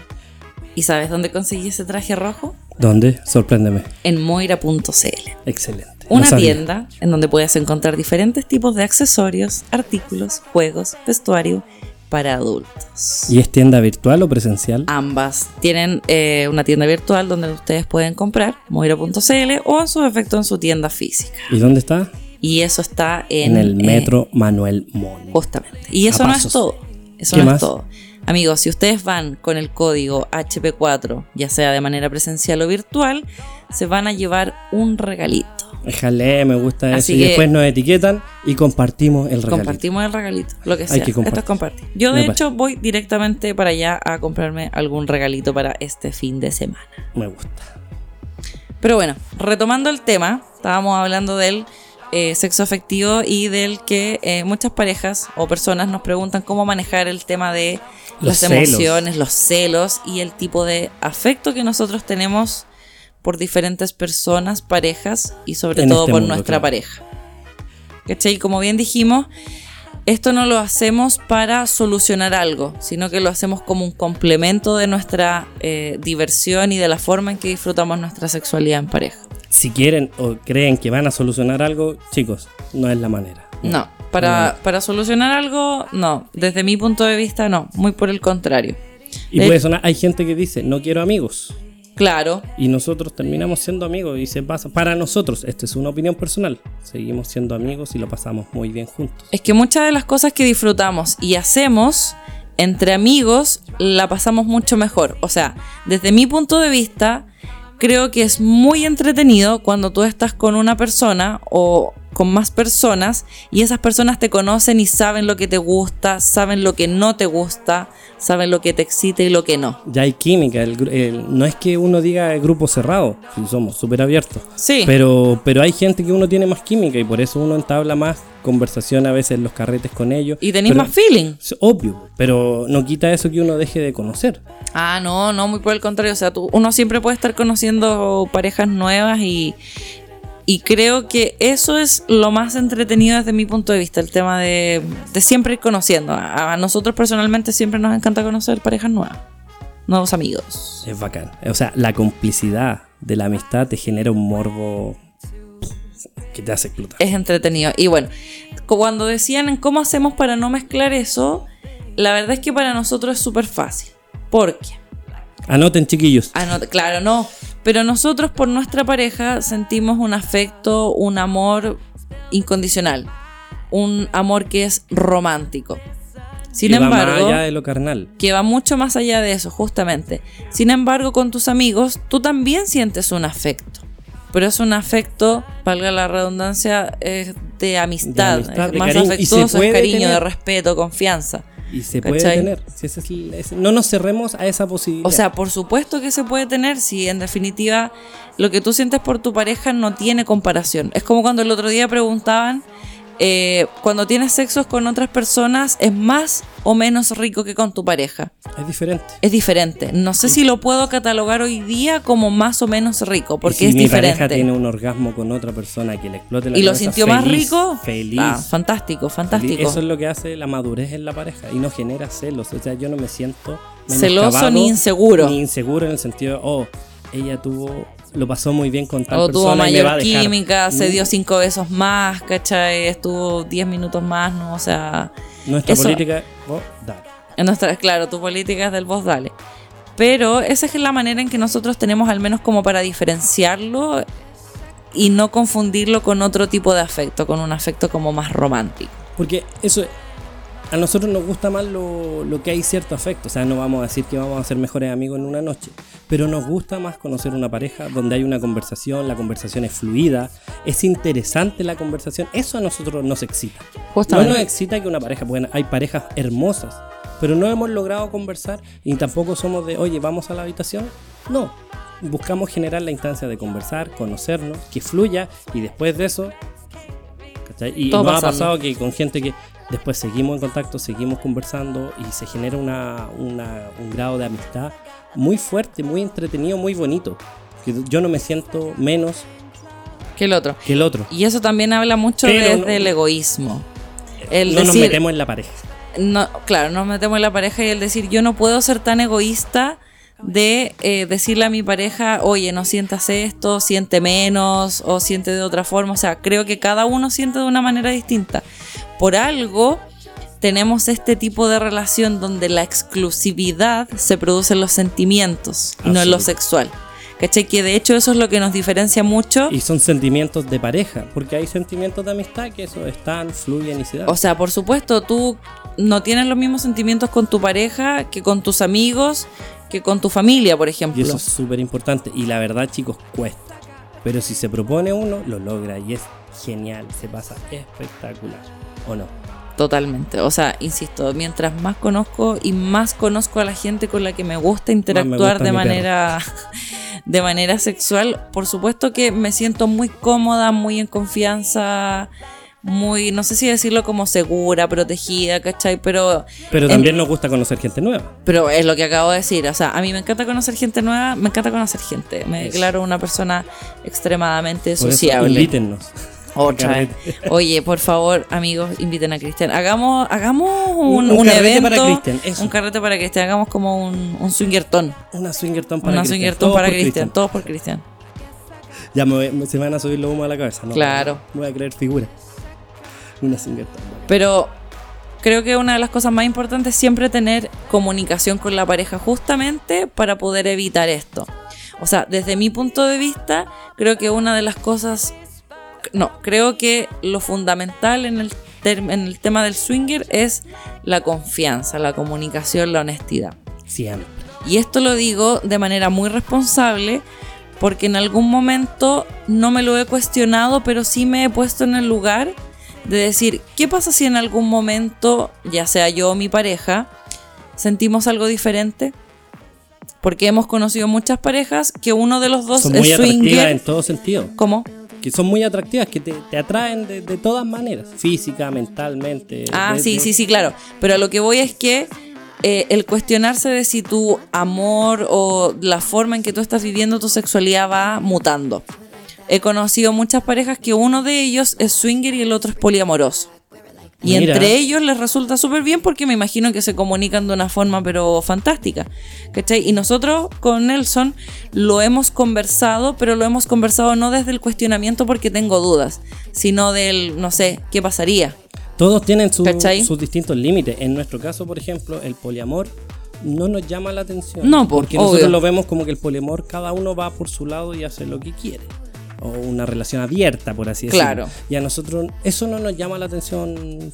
¿Y sabes dónde conseguí ese traje rojo?
¿Dónde? Sorpréndeme.
En moira.cl.
Excelente. No
Una
sabía.
tienda en donde puedes encontrar diferentes tipos de accesorios, artículos, juegos, vestuario para adultos.
¿Y es tienda virtual o presencial?
Ah. Ambas tienen eh, una tienda virtual donde ustedes pueden comprar moira.cl o en su efecto en su tienda física.
¿Y dónde está?
Y eso está en,
En, el
eh,
metro Manuel Mono.
Justamente. Y eso
A
no es
pasos.
todo. Eso
¿Qué
no
más?
es todo. Amigos, si ustedes van con el código HP4, ya sea de manera presencial o virtual, se van a llevar un regalito.
Jale, me gusta eso.
Así
Y
que-
después nos etiquetan y compartimos el regalo.
Compartimos el regalito, lo que sea.
que compartir.
Esto es compartir. Yo,
Me
de
parece.
hecho, voy directamente para allá a comprarme algún regalito para este fin de semana.
Me gusta.
Pero bueno, retomando el tema, estábamos hablando del eh, sexo afectivo y del que eh, muchas parejas o personas nos preguntan cómo manejar el tema de
Los
las
celos.
emociones, los celos y el tipo de afecto que nosotros tenemos por diferentes personas, parejas y sobre
En
todo
este
por
mundo,
nuestra
claro.
pareja. ¿Cachai? Como bien dijimos, esto no lo hacemos para solucionar algo, sino que lo hacemos como un complemento de nuestra eh, diversión y de la forma en que disfrutamos nuestra sexualidad en pareja.
Si quieren o creen que van a solucionar algo, chicos, no es la manera.
No, para, para solucionar algo, no. Desde mi punto de vista, no. Muy por el contrario.
Y
De-
puede sonar, hay gente que dice, no quiero amigos.
Claro,
Y nosotros terminamos siendo amigos y se pasa. Para nosotros, esta es una opinión personal. Seguimos siendo amigos y lo pasamos muy bien juntos.
es que muchas de las cosas que disfrutamos y hacemos entre amigos la pasamos mucho mejor. O sea, desde mi punto de vista, creo que es muy entretenido cuando tú estás con una persona o con más personas y esas personas te conocen y saben lo que te gusta, saben lo que no te gusta, saben lo que te excita y lo que no.
Ya hay química. el gru- el- no es que uno diga el grupo cerrado, si somos súper abiertos.
Sí.
Pero, pero hay gente que uno tiene más química y por eso uno entabla más conversación a veces en los carretes con ellos.
y tenéis
Pero-
más feeling.
es Obvio, pero no quita eso que uno deje de conocer.
Ah, no, no, muy por el contrario. O sea, tú, uno siempre puede estar conociendo parejas nuevas y, y creo que eso es lo más entretenido desde mi punto de vista, el tema de, de siempre ir conociendo. A, a nosotros personalmente siempre nos encanta conocer parejas nuevas, nuevos amigos.
Es bacán. O sea, la complicidad de la amistad te genera un morbo que te hace explotar.
Es entretenido. Y bueno, cuando decían en cómo hacemos para no mezclar eso, la verdad es que para nosotros es súper fácil. Porque
Anoten, chiquillos.
Ah, no, claro, no. Pero nosotros por nuestra pareja sentimos un afecto, un amor incondicional. Un amor que es romántico. Sin
Que va más
embargo,
allá de lo carnal.
que va mucho más allá de eso, justamente. Sin embargo, con tus amigos, tú también sientes un afecto. pero es un afecto, valga la redundancia, eh, de amistad,
De amistad,
eh,
de
más
cariño. Y se
afectuoso,
puede
es cariño,
tener.
de respeto, confianza.
Y se puede
¿Cachai?
tener. Si ese es el- ese- no nos cerremos a esa posibilidad.
O sea, por supuesto que se puede tener si en definitiva lo que tú sientes por tu pareja no tiene comparación. Es como cuando el otro día preguntaban, eh, cuando tienes sexos con otras personas, ¿es más o menos rico que con tu pareja?
es diferente.
Es diferente. No sé si lo puedo catalogar hoy día como más o menos rico, porque
Y si
es
mi
diferente.
pareja tiene un orgasmo con otra persona que le explote la
y lo
cabeza,
sintió más
feliz,
rico.
Feliz.
ah, fantástico, fantástico.
Eso es lo que hace la madurez en la pareja y no genera celos. O sea, yo no me siento menos
Celoso
cavado,
ni inseguro.
Ni inseguro en el sentido, oh, ella tuvo, lo pasó muy bien con tal
o
persona
Oh, tuvo
y me va a
mayor
dejar.
química, se
Mm,
dio cinco besos más, ¿cachai? Estuvo 10 minutos más, ¿no? O sea,
Nuestra
eso-
política, oh, dar.
en nuestra, claro, tu política es del vos dale. Pero esa es la manera en que nosotros tenemos al menos como para diferenciarlo y no confundirlo con otro tipo de afecto, con un afecto como más romántico.
Porque eso, a nosotros nos gusta más lo, lo que hay cierto afecto. O sea, no vamos a decir que vamos a ser mejores amigos en una noche. Pero nos gusta más conocer una pareja donde hay una conversación, la conversación es fluida, es interesante la conversación. Eso a nosotros nos excita. No nos excita que una pareja, porque hay parejas hermosas, pero no hemos logrado conversar y tampoco somos de, oye, vamos a la habitación. No, buscamos generar la instancia de conversar, conocernos, que fluya y después de eso... ¿cachai? Y
Todo
nos ha
pasando.
pasado que con gente que después seguimos en contacto, seguimos conversando y se genera una, una- un grado de amistad muy fuerte, muy entretenido, muy bonito. Que yo no me siento menos
Que el otro.
que el otro.
Y eso también habla mucho
Pero
desde
no-
el egoísmo. El
no nos
decir,
metemos en la pareja.
no, claro, nos metemos en la pareja y el decir, yo no puedo ser tan egoísta de eh, decirle a mi pareja, oye, no sientas esto, siente menos o siente de otra forma. O sea, creo que cada uno siente de una manera distinta. Por algo tenemos este tipo de relación donde la exclusividad se produce en los sentimientos, no en lo
Absolutamente.
sexual. ¿Cachai? Que de hecho eso es lo que nos diferencia mucho.
Y son sentimientos de pareja, porque hay sentimientos de amistad que eso están, fluyen y se dan.
O sea, por supuesto, tú no tienes los mismos sentimientos con tu pareja que con tus amigos, que con tu familia, por
y
ejemplo.
eso es súper importante. Y la verdad, chicos, cuesta. Pero si se propone uno, lo logra y es genial, se pasa espectacular. ¿O no?
Totalmente. O sea, insisto, mientras más conozco y más conozco a la gente con la que me gusta interactuar
gusta
de
mi perro.
manera (laughs) de manera sexual, por supuesto que me siento muy cómoda, muy en confianza, muy, no sé si decirlo como segura, protegida, ¿cachai? Pero
Pero
En-
también nos gusta conocer gente nueva.
Pero es lo que acabo de decir, o sea, a mí me encanta conocer gente nueva, me encanta conocer gente. Me
Eso.
declaro una persona extremadamente
Por eso,
sociable.
invítennos.
Otra vez. Oye, por favor, amigos, inviten a Cristian. Hagamos, hagamos un,
Un- un
un
carrete
evento,
para Cristian, eso.
un carrete para Cristian, hagamos como un, un swingertón,
Una swingerton para
una
Cristian,
swingertón
todo
para
por
Cristian,
Cristian.
todos por Cristian.
Ya me, voy- me- se me van a subir los humos a la cabeza. No,
Claro.
No voy a creer figura. Una swingerton.
Pero creo que una de las cosas más importantes es siempre tener comunicación con la pareja justamente para poder evitar esto. O sea, desde mi punto de vista, creo que una de las cosas... No, creo que lo fundamental en el, term- en el tema del swinger es la confianza, la comunicación, la honestidad.
Siempre.
Y esto lo digo de manera muy responsable porque en algún momento no me lo he cuestionado, pero sí me he puesto en el lugar de decir, ¿qué pasa si en algún momento, ya sea yo o mi pareja, sentimos algo diferente? Porque hemos conocido muchas parejas que uno de los dos
Son
es
muy atractivas
swinger.
en todo sentido.
¿Cómo?
que son muy atractivas, que te, te atraen de, de todas maneras, física, mentalmente.
Ah,
de-
sí,
de-
sí, sí, claro. Pero a lo que voy es que eh, el cuestionarse de si tu amor o la forma en que tú estás viviendo tu sexualidad va mutando. He conocido muchas parejas que uno de ellos es swinger y el otro es poliamoroso. Y
Mira.
entre ellos les resulta súper bien porque me imagino que se comunican de una forma pero fantástica. ¿Cachai? Y nosotros con Nelson lo hemos conversado, pero lo hemos conversado no desde el cuestionamiento porque tengo dudas, sino del, no sé, ¿qué pasaría?
Todos tienen su-
¿Cachai?
sus distintos límites. En nuestro caso, por ejemplo, el poliamor no nos llama la atención.
No, po,
porque
obvio.
nosotros lo vemos como que el poliamor cada uno va por su lado y hace lo que quiere. O una relación abierta, por así decirlo.
Claro.
Y a nosotros eso no nos llama la atención.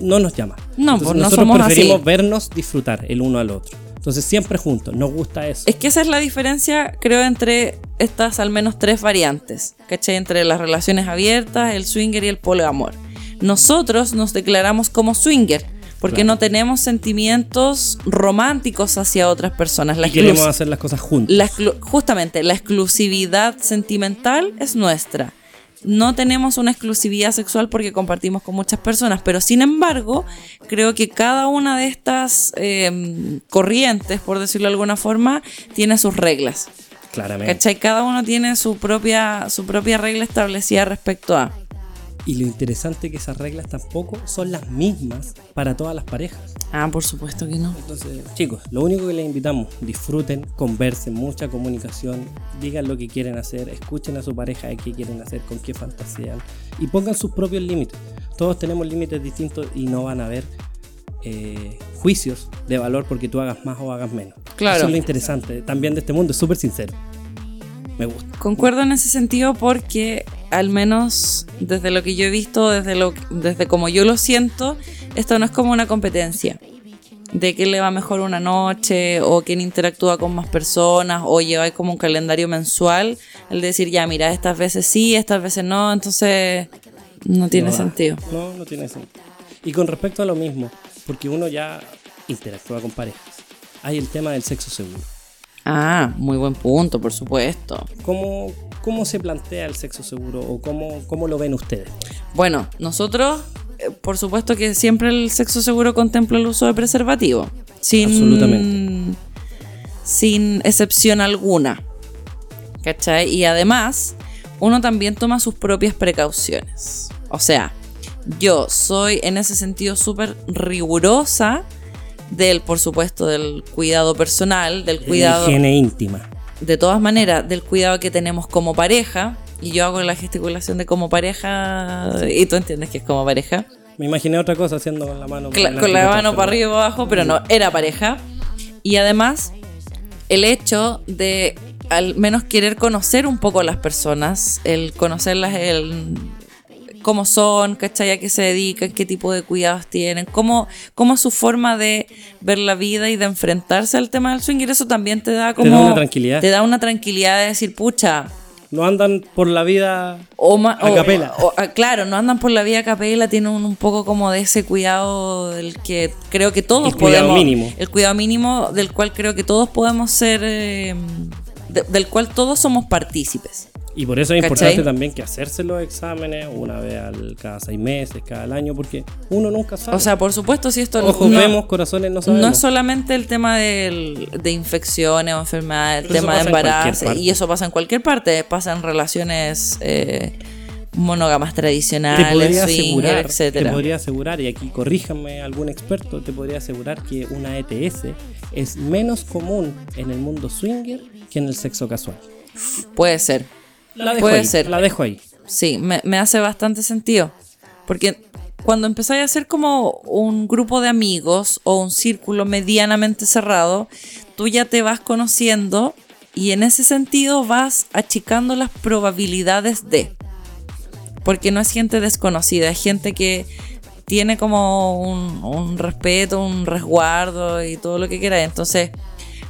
No nos llama.
No,
Entonces,
pues, no
nosotros
somos
preferimos
así.
vernos disfrutar el uno al otro. Entonces siempre juntos. Nos gusta eso.
Es que esa es la diferencia, creo, entre estas al menos tres variantes, ¿cachai? Entre las relaciones abiertas, el swinger y el poliamor. Nosotros nos declaramos como swinger porque no tenemos sentimientos románticos hacia otras personas. La
Y queremos
exclus-
hacer las cosas juntos.
la exclu- justamente, la exclusividad sentimental es nuestra. No tenemos una exclusividad sexual porque compartimos con muchas personas, pero sin embargo, creo que cada una de estas eh, corrientes, por decirlo de alguna forma, tiene sus reglas.
Claramente.
¿Cachai? Cada uno tiene su propia, su propia regla establecida respecto a.
Y lo interesante es que esas reglas tampoco son las mismas para todas las parejas.
Ah, por supuesto que no.
Entonces, chicos, lo único que les invitamos, disfruten, conversen, mucha comunicación, digan lo que quieren hacer, escuchen a su pareja de qué quieren hacer, con qué fantasean y pongan sus propios límites. Todos tenemos límites distintos y no van a haber eh, juicios de valor porque tú hagas más o hagas menos.
Claro.
Eso es lo interesante también de este mundo, es súper sincero. Me gusta.
Concuerdo en ese sentido porque al menos desde lo que yo he visto, desde lo desde como yo lo siento, esto no es como una competencia de quién le va mejor una noche o quién interactúa con más personas o lleváis como un calendario mensual, el decir ya mira, estas veces sí, estas veces no, entonces no tiene
No da.
sentido.
No, no tiene sentido. Y con respecto a lo mismo, porque uno ya interactúa con parejas, hay el tema del sexo seguro.
Ah, muy buen punto, por supuesto.
¿Cómo, cómo se plantea el sexo seguro o cómo, cómo lo ven ustedes?
Bueno, nosotros, eh, por supuesto que siempre el sexo seguro contempla el uso de preservativo. Sin,
Absolutamente.
Sin excepción alguna. ¿Cachai? Y además, uno también toma sus propias precauciones. O sea, yo soy en ese sentido súper rigurosa del, por supuesto, del cuidado personal, del cuidado
Higiene íntima.
de todas maneras, del cuidado que tenemos como pareja, y yo hago la gesticulación de como pareja, y tú entiendes que es como pareja,
Me imaginé otra cosa haciendo con la mano.
Cla-
para
con la
adelante,
mano
pero-
para arriba y para abajo, pero no, era pareja. Y además, el hecho de al menos querer conocer un poco a las personas, el conocerlas, el cómo son, ¿cachai? a qué se dedican, qué tipo de cuidados tienen, cómo, cómo es su forma de ver la vida y de enfrentarse al tema del swinger, eso también te da como...
una tranquilidad.
Te da una tranquilidad de decir, pucha,
No andan por la vida.
o ma-
A
o-
capela.
o- a- claro, no andan por la vía a capela, tienen un, un poco como de ese cuidado del que creo que todos
El cuidado
podemos.
mínimo.
El cuidado mínimo del cual creo que todos podemos ser. eh, de- del cual todos somos partícipes.
Y por eso es
¿Cachai?
importante también que hacerse los exámenes una vez al, cada seis meses, cada año, porque uno nunca sabe.
O sea, por supuesto, si esto
ojos
no,
vemos, corazones no sabemos.
no es solamente el tema del- de infecciones o enfermedades, el
Pero eso
tema de
pasa en cualquier
embarazo,
parte.
y eso pasa en cualquier parte, pasa en relaciones eh, monógamas
te podría
tradicionales, swinger,
asegurar, te
etcétera.
podría asegurar, y aquí corríjame algún experto, te podría asegurar que una ETS es menos común en el mundo swinger que en el sexo casual.
Puede ser.
La dejo
Puede
ahí,
ser.
La dejo ahí.
Sí, me, me hace bastante sentido. Porque cuando empezáis a hacer como un grupo de amigos o un círculo medianamente cerrado, tú ya te vas conociendo y en ese sentido vas achicando las probabilidades de. Porque no es gente desconocida, es gente que tiene como un, un respeto, un resguardo y todo lo que quiera. Entonces,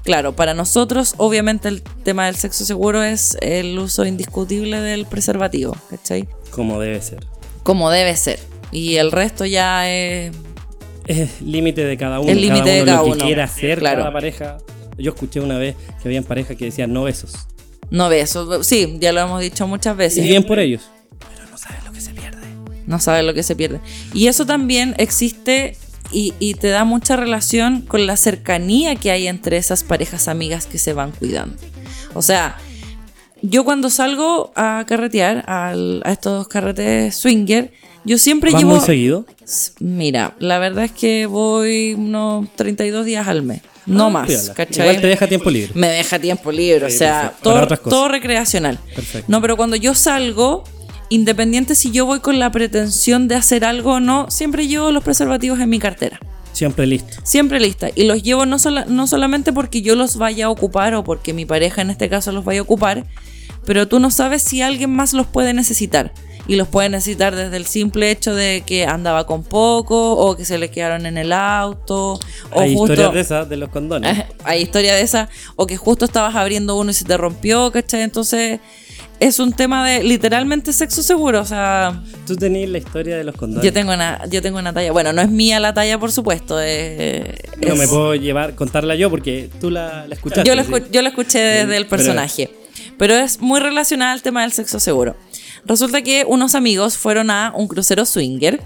claro, para nosotros obviamente el tema del sexo seguro es el uso indiscutible del preservativo, ¿cachai?
Como debe ser.
Como debe ser. Y el resto ya es...
Es límite de cada uno.
El límite
cada uno
de cada
lo que
uno.
quiera hacer
Claro.
cada pareja. Yo escuché una vez que habían parejas que decían no besos.
No ve eso. Sí, ya lo hemos dicho muchas
Y
veces.
bien por ellos.
no sabes lo que se pierde. Y eso también existe y, y te da mucha relación con la cercanía que hay entre esas parejas amigas que se van cuidando. O sea, yo cuando salgo a carretear, al- a estos carretes swinger, yo siempre
¿Vas
llevo...
muy seguido?
S- Mira, la verdad es que voy unos 32 días al mes, no
Ah,
más,
piola.
¿cachai?
Igual te deja tiempo libre.
Me deja tiempo libre, o
Sí,
sea,
perfecto. Para
todo,
otras cosas.
todo recreacional.
Perfecto.
No, pero cuando yo salgo, independiente si yo voy con la pretensión de hacer algo o no, siempre llevo los preservativos en mi cartera.
Siempre listo.
Siempre lista. Y los llevo no, sola- no solamente porque yo los vaya a ocupar o porque mi pareja en este caso los vaya a ocupar, pero tú no sabes si alguien más los puede necesitar. y los puede necesitar desde el simple hecho de que andaba con poco o que se le quedaron en el auto o
Hay
justo
historias de esas, de los condones.
(laughs) hay historia de esa o que justo estabas abriendo uno y se te rompió, ¿cachai? Entonces es un tema de literalmente sexo seguro, o sea,
Tú tenías la historia de los condones.
yo tengo una yo tengo una talla, bueno, no es mía la talla, por supuesto, eh,
No
es-
me puedo llevar, contarla yo porque tú la, la escuchaste.
yo lo,
sí.
escu- yo lo escuché desde el
Pero-
personaje. Pero es muy relacionada al tema del sexo seguro. Resulta que unos amigos fueron a un crucero swinger,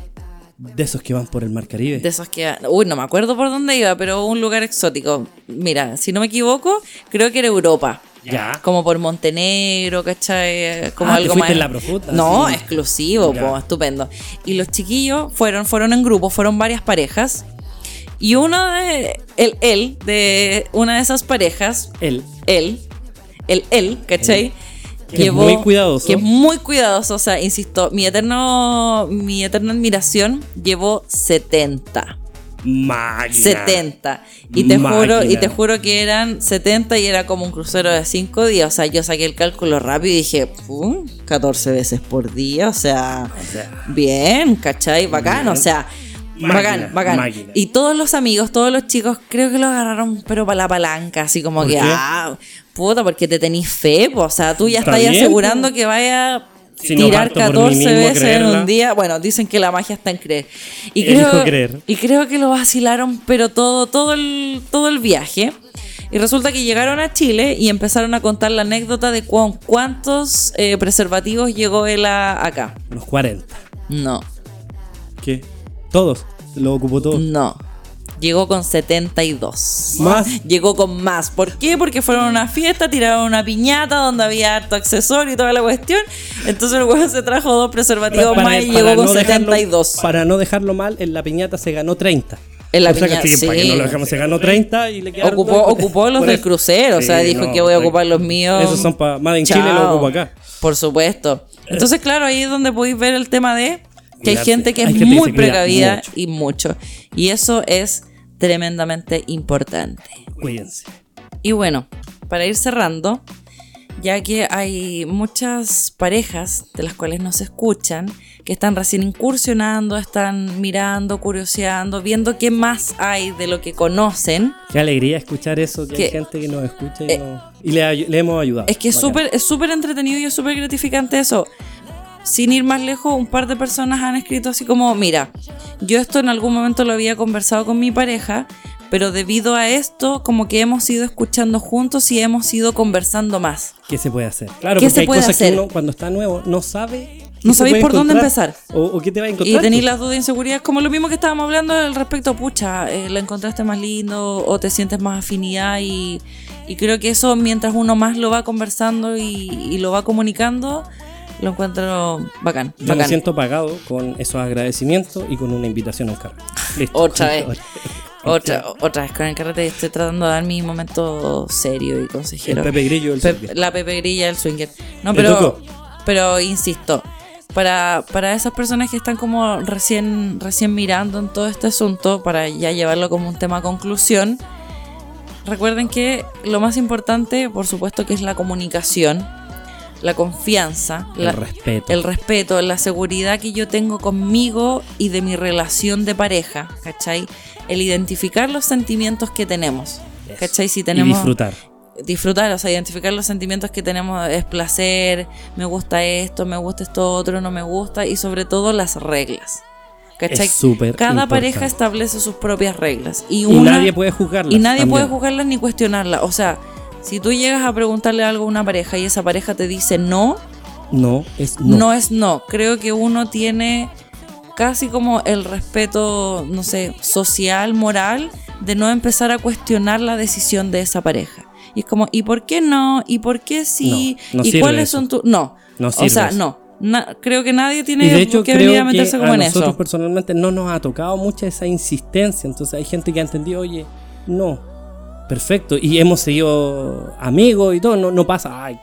De esos que van por el Mar Caribe.
de esos que... Uy, no me acuerdo por dónde iba, pero un lugar exótico. Mira, si no me equivoco, creo que era Europa.
Ya.
Como por Montenegro, ¿cachai? Como
Ah, te
algo
fuiste
más.
en la profunda,
no,
sí.
exclusivo,
Ya.
po, estupendo. Y los chiquillos fueron, fueron en grupo, fueron varias parejas. Y uno de. El, él, de una de esas parejas,
Él.
él, el él, ¿cachai?
Que es muy cuidadoso.
Que es muy cuidadoso, o sea, insisto, mi eterno, mi eterna admiración llevó 70.
Máquina.
70. Y te juro, y
Máquina.
te juro que eran 70 y era como un crucero de 5 días. O sea, yo saqué el cálculo rápido y dije, "Pum, 14 veces por día. O sea, bien, ¿cachai? Bacán, o sea.
Máquina,
bacán, bacán.
máquina.
Y todos los amigos, todos los chicos, creo que lo agarraron, pero para la palanca, así como
¿Por
que,
qué?
ah, puta, porque te tenís fe, po. o sea, tú ya
Está
estás
bien,
asegurando que vaya
Si no
tirar
parto por
14
mí mismo,
veces en
creerla.
un día. Bueno, dicen que la magia está en creer. Y
Elijo
creo,
creer.
y creo que lo vacilaron, pero todo, todo, el, todo el viaje. Y resulta que llegaron a Chile y empezaron a contar la anécdota de cuán- cuántos eh, preservativos llegó él a- acá.
Los 40.
No,
¿Qué? Todos. Lo ocupó todo.
no. Llegó con 72.
Más.
Llegó con más. ¿Por qué? Porque fueron a una fiesta, tiraron una piñata donde había harto accesorio y toda la cuestión. Entonces el huevo se trajo dos preservativos más y llegó con
no dejarlo-
72.
para no dejarlo mal, en la piñata se ganó 30.
En la
O sea,
piñata,
que para
sí.
que no lo dejamos, se ganó 30 y le quedaron
ocupó,
dos.
ocupó los
Por
del
eso.
crucero, o sea,
Sí,
dijo
no,
que voy a
está-
ocupar los míos.
Esos son para más en Chile, los
Chao.
ocupo acá.
Por supuesto. Entonces, claro, ahí es donde podéis ver el tema de que hay
Cuidarse.
gente que es
Hay gente que
muy
se cuida
precavida
mucho.
y mucho. Y eso es tremendamente importante.
Cuídense.
Y bueno, para ir cerrando, ya que hay muchas parejas de las cuales nos escuchan, que están recién incursionando, están mirando, curioseando, viendo qué más hay de lo que conocen.
Qué alegría escuchar eso, que hay
Que-
gente que nos escucha y,
Eh,
nos- y le, ay- le hemos ayudado.
Es que es
Bacán.
súper es súper entretenido y es súper gratificante eso. Sin ir más lejos, un par de personas han escrito así como, mira, yo esto en algún momento lo había conversado con mi pareja, pero debido a esto, como que hemos ido escuchando juntos y hemos ido conversando más.
¿Qué se puede hacer? Claro,
¿Qué
porque
se
hay
puede
cosas
hacer?
que uno cuando está nuevo no sabe.
No
qué se
sabéis
puede
por dónde
encontrar
empezar.
O, o qué te va a
Y
encontrar.
tenéis las dudas e inseguridades, como lo mismo que estábamos hablando al respecto, pucha, eh, lo encontraste más lindo o te sientes más afinidad y, y creo que eso mientras uno más lo va conversando y, y lo va comunicando, lo encuentro bacán.
Yo me
bacán.
siento pagado con esos agradecimientos y con una invitación a un carro. Listo.
Otra
(laughs)
vez. Otra,
Este-
otra vez con el carrete estoy tratando de dar mi momento serio y consejero.
El Pepe Grillo del
Pe-
Swinger.
La Pepe Grilla del swinger. No,
El
pero,
Tuco.
pero insisto, para, para esas personas que están como recién, recién mirando en todo este asunto, para ya llevarlo como un tema a conclusión, recuerden que lo más importante, por supuesto, que es la comunicación, la confianza,
El
la-
respeto.
el respeto, la seguridad que yo tengo conmigo y de mi relación de pareja, ¿cachai? El identificar los sentimientos que tenemos,
Eso.
¿cachai? Si
Y
tenemos
disfrutar.
disfrutar, o sea, identificar los sentimientos que tenemos es placer, me gusta esto, me gusta esto otro, no me gusta y sobre todo las reglas. ¿Cachai?
Es súper
Cada
importante.
pareja establece sus propias reglas y,
Y
una-
nadie puede juzgarlas.
y nadie
también.
puede juzgarlas ni cuestionarlas. O sea, si tú llegas a preguntarle algo a una pareja y esa pareja te dice no,
No, es
no,
no.
es no. Creo que uno tiene casi como el respeto, no sé, social, moral, de no empezar a cuestionar la decisión de esa pareja. Y es como, ¿y por qué no? ¿Y por qué sí?
No, no
¿Y
sirve
cuáles
eso.
son tus.? No.
No
o sea,
sirve eso.
no. Na- creo que nadie tiene
Y de hecho
que
creo
venir
que
a meterse como
a
en
nosotros
eso.
personalmente no nos ha tocado mucha esa insistencia. Entonces hay gente que ha entendido, oye, no, perfecto. Y hemos seguido amigos y todo. No, no pasa, ay,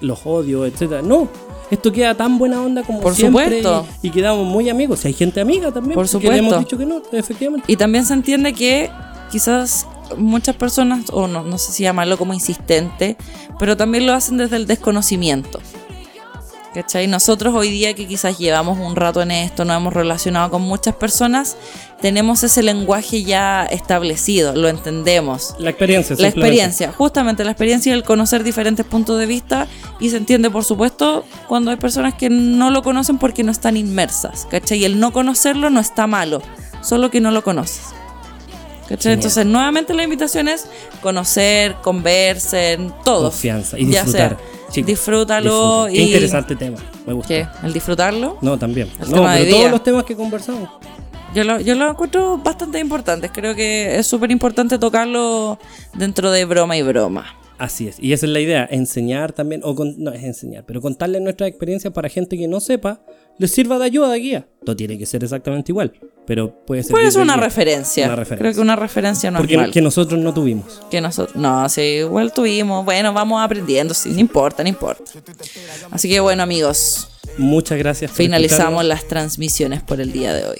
los odio, etcétera. No, esto queda tan buena onda como
Por
siempre.
supuesto.
Y, y quedamos muy amigos. Si hay gente amiga también.
Por
porque le hemos
supuesto.
dicho que no, efectivamente.
Y también se entiende que quizás muchas personas, o no, no sé si llamarlo como insistente, pero también lo hacen desde el desconocimiento. ¿Cachai? Nosotros hoy día que quizás llevamos un rato en esto, nos hemos relacionado con muchas personas, tenemos ese lenguaje ya establecido, lo entendemos.
La experiencia,
La
simplemente.
experiencia, justamente la experiencia y el conocer diferentes puntos de vista y se entiende, por supuesto, cuando hay personas que no lo conocen porque no están inmersas, ¿cachai? Y el no conocerlo no está malo, solo que no lo conoces. ¿Cachai?
Genial.
Entonces, nuevamente la invitación es conocer, conversen, todos.
Confianza y
Ya
disfrutar.
sea,
chicos,
disfrútalo
disfruten.
y...
Qué interesante tema. Me gusta.
¿Qué? ¿El disfrutarlo?
No, también.
El
no,
tema de
pero
hoy
todos
día.
los temas que conversamos.
Yo lo, yo lo encuentro bastante importante. Creo que es súper importante tocarlo dentro de broma y broma.
Así es. Y esa es la idea. Enseñar también, o con- no es enseñar, pero contarle nuestra experiencia para gente que no sepa, les sirva de ayuda, de guía. No tiene que ser exactamente igual, pero puede ser.
Pues es una referencia.
Una referencia.
Creo que una referencia no
Porque
es mal.
que nosotros no tuvimos.
Que nosotros, no, sí, igual tuvimos. Bueno, vamos aprendiendo, sí, no importa, no importa. Así que bueno, amigos,
Muchas gracias. por
finalizamos
escucharnos.
las transmisiones por el día de hoy.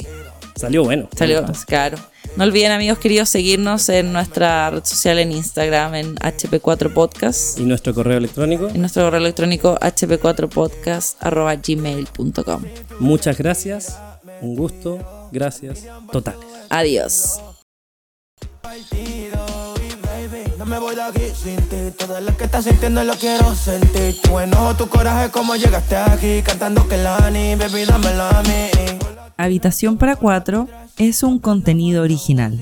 Salió bueno.
Salió claro. No olviden, amigos queridos, seguirnos en nuestra red social en Instagram, en HP4 Podcast.
Y nuestro correo electrónico.
En nuestro correo electrónico hp4podcast.gmail.com.
Muchas gracias. Un gusto. Gracias. Totales.
Adiós.
No me voy de aquí sin ti. Todo lo que estás sintiendo lo quiero sentir. Tu enojo, tu coraje, como llegaste aquí. Cantando que Lani, baby, dámela a mí.
Habitación para Cuatro es un contenido original.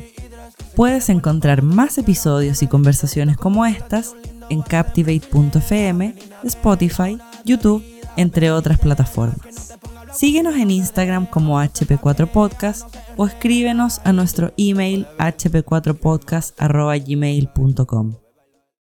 Puedes encontrar más episodios y conversaciones como estas en captivate.fm, Spotify, YouTube, entre otras plataformas. Síguenos en Instagram como hp4podcast o escríbenos a nuestro email hp4podcast.gmail.com.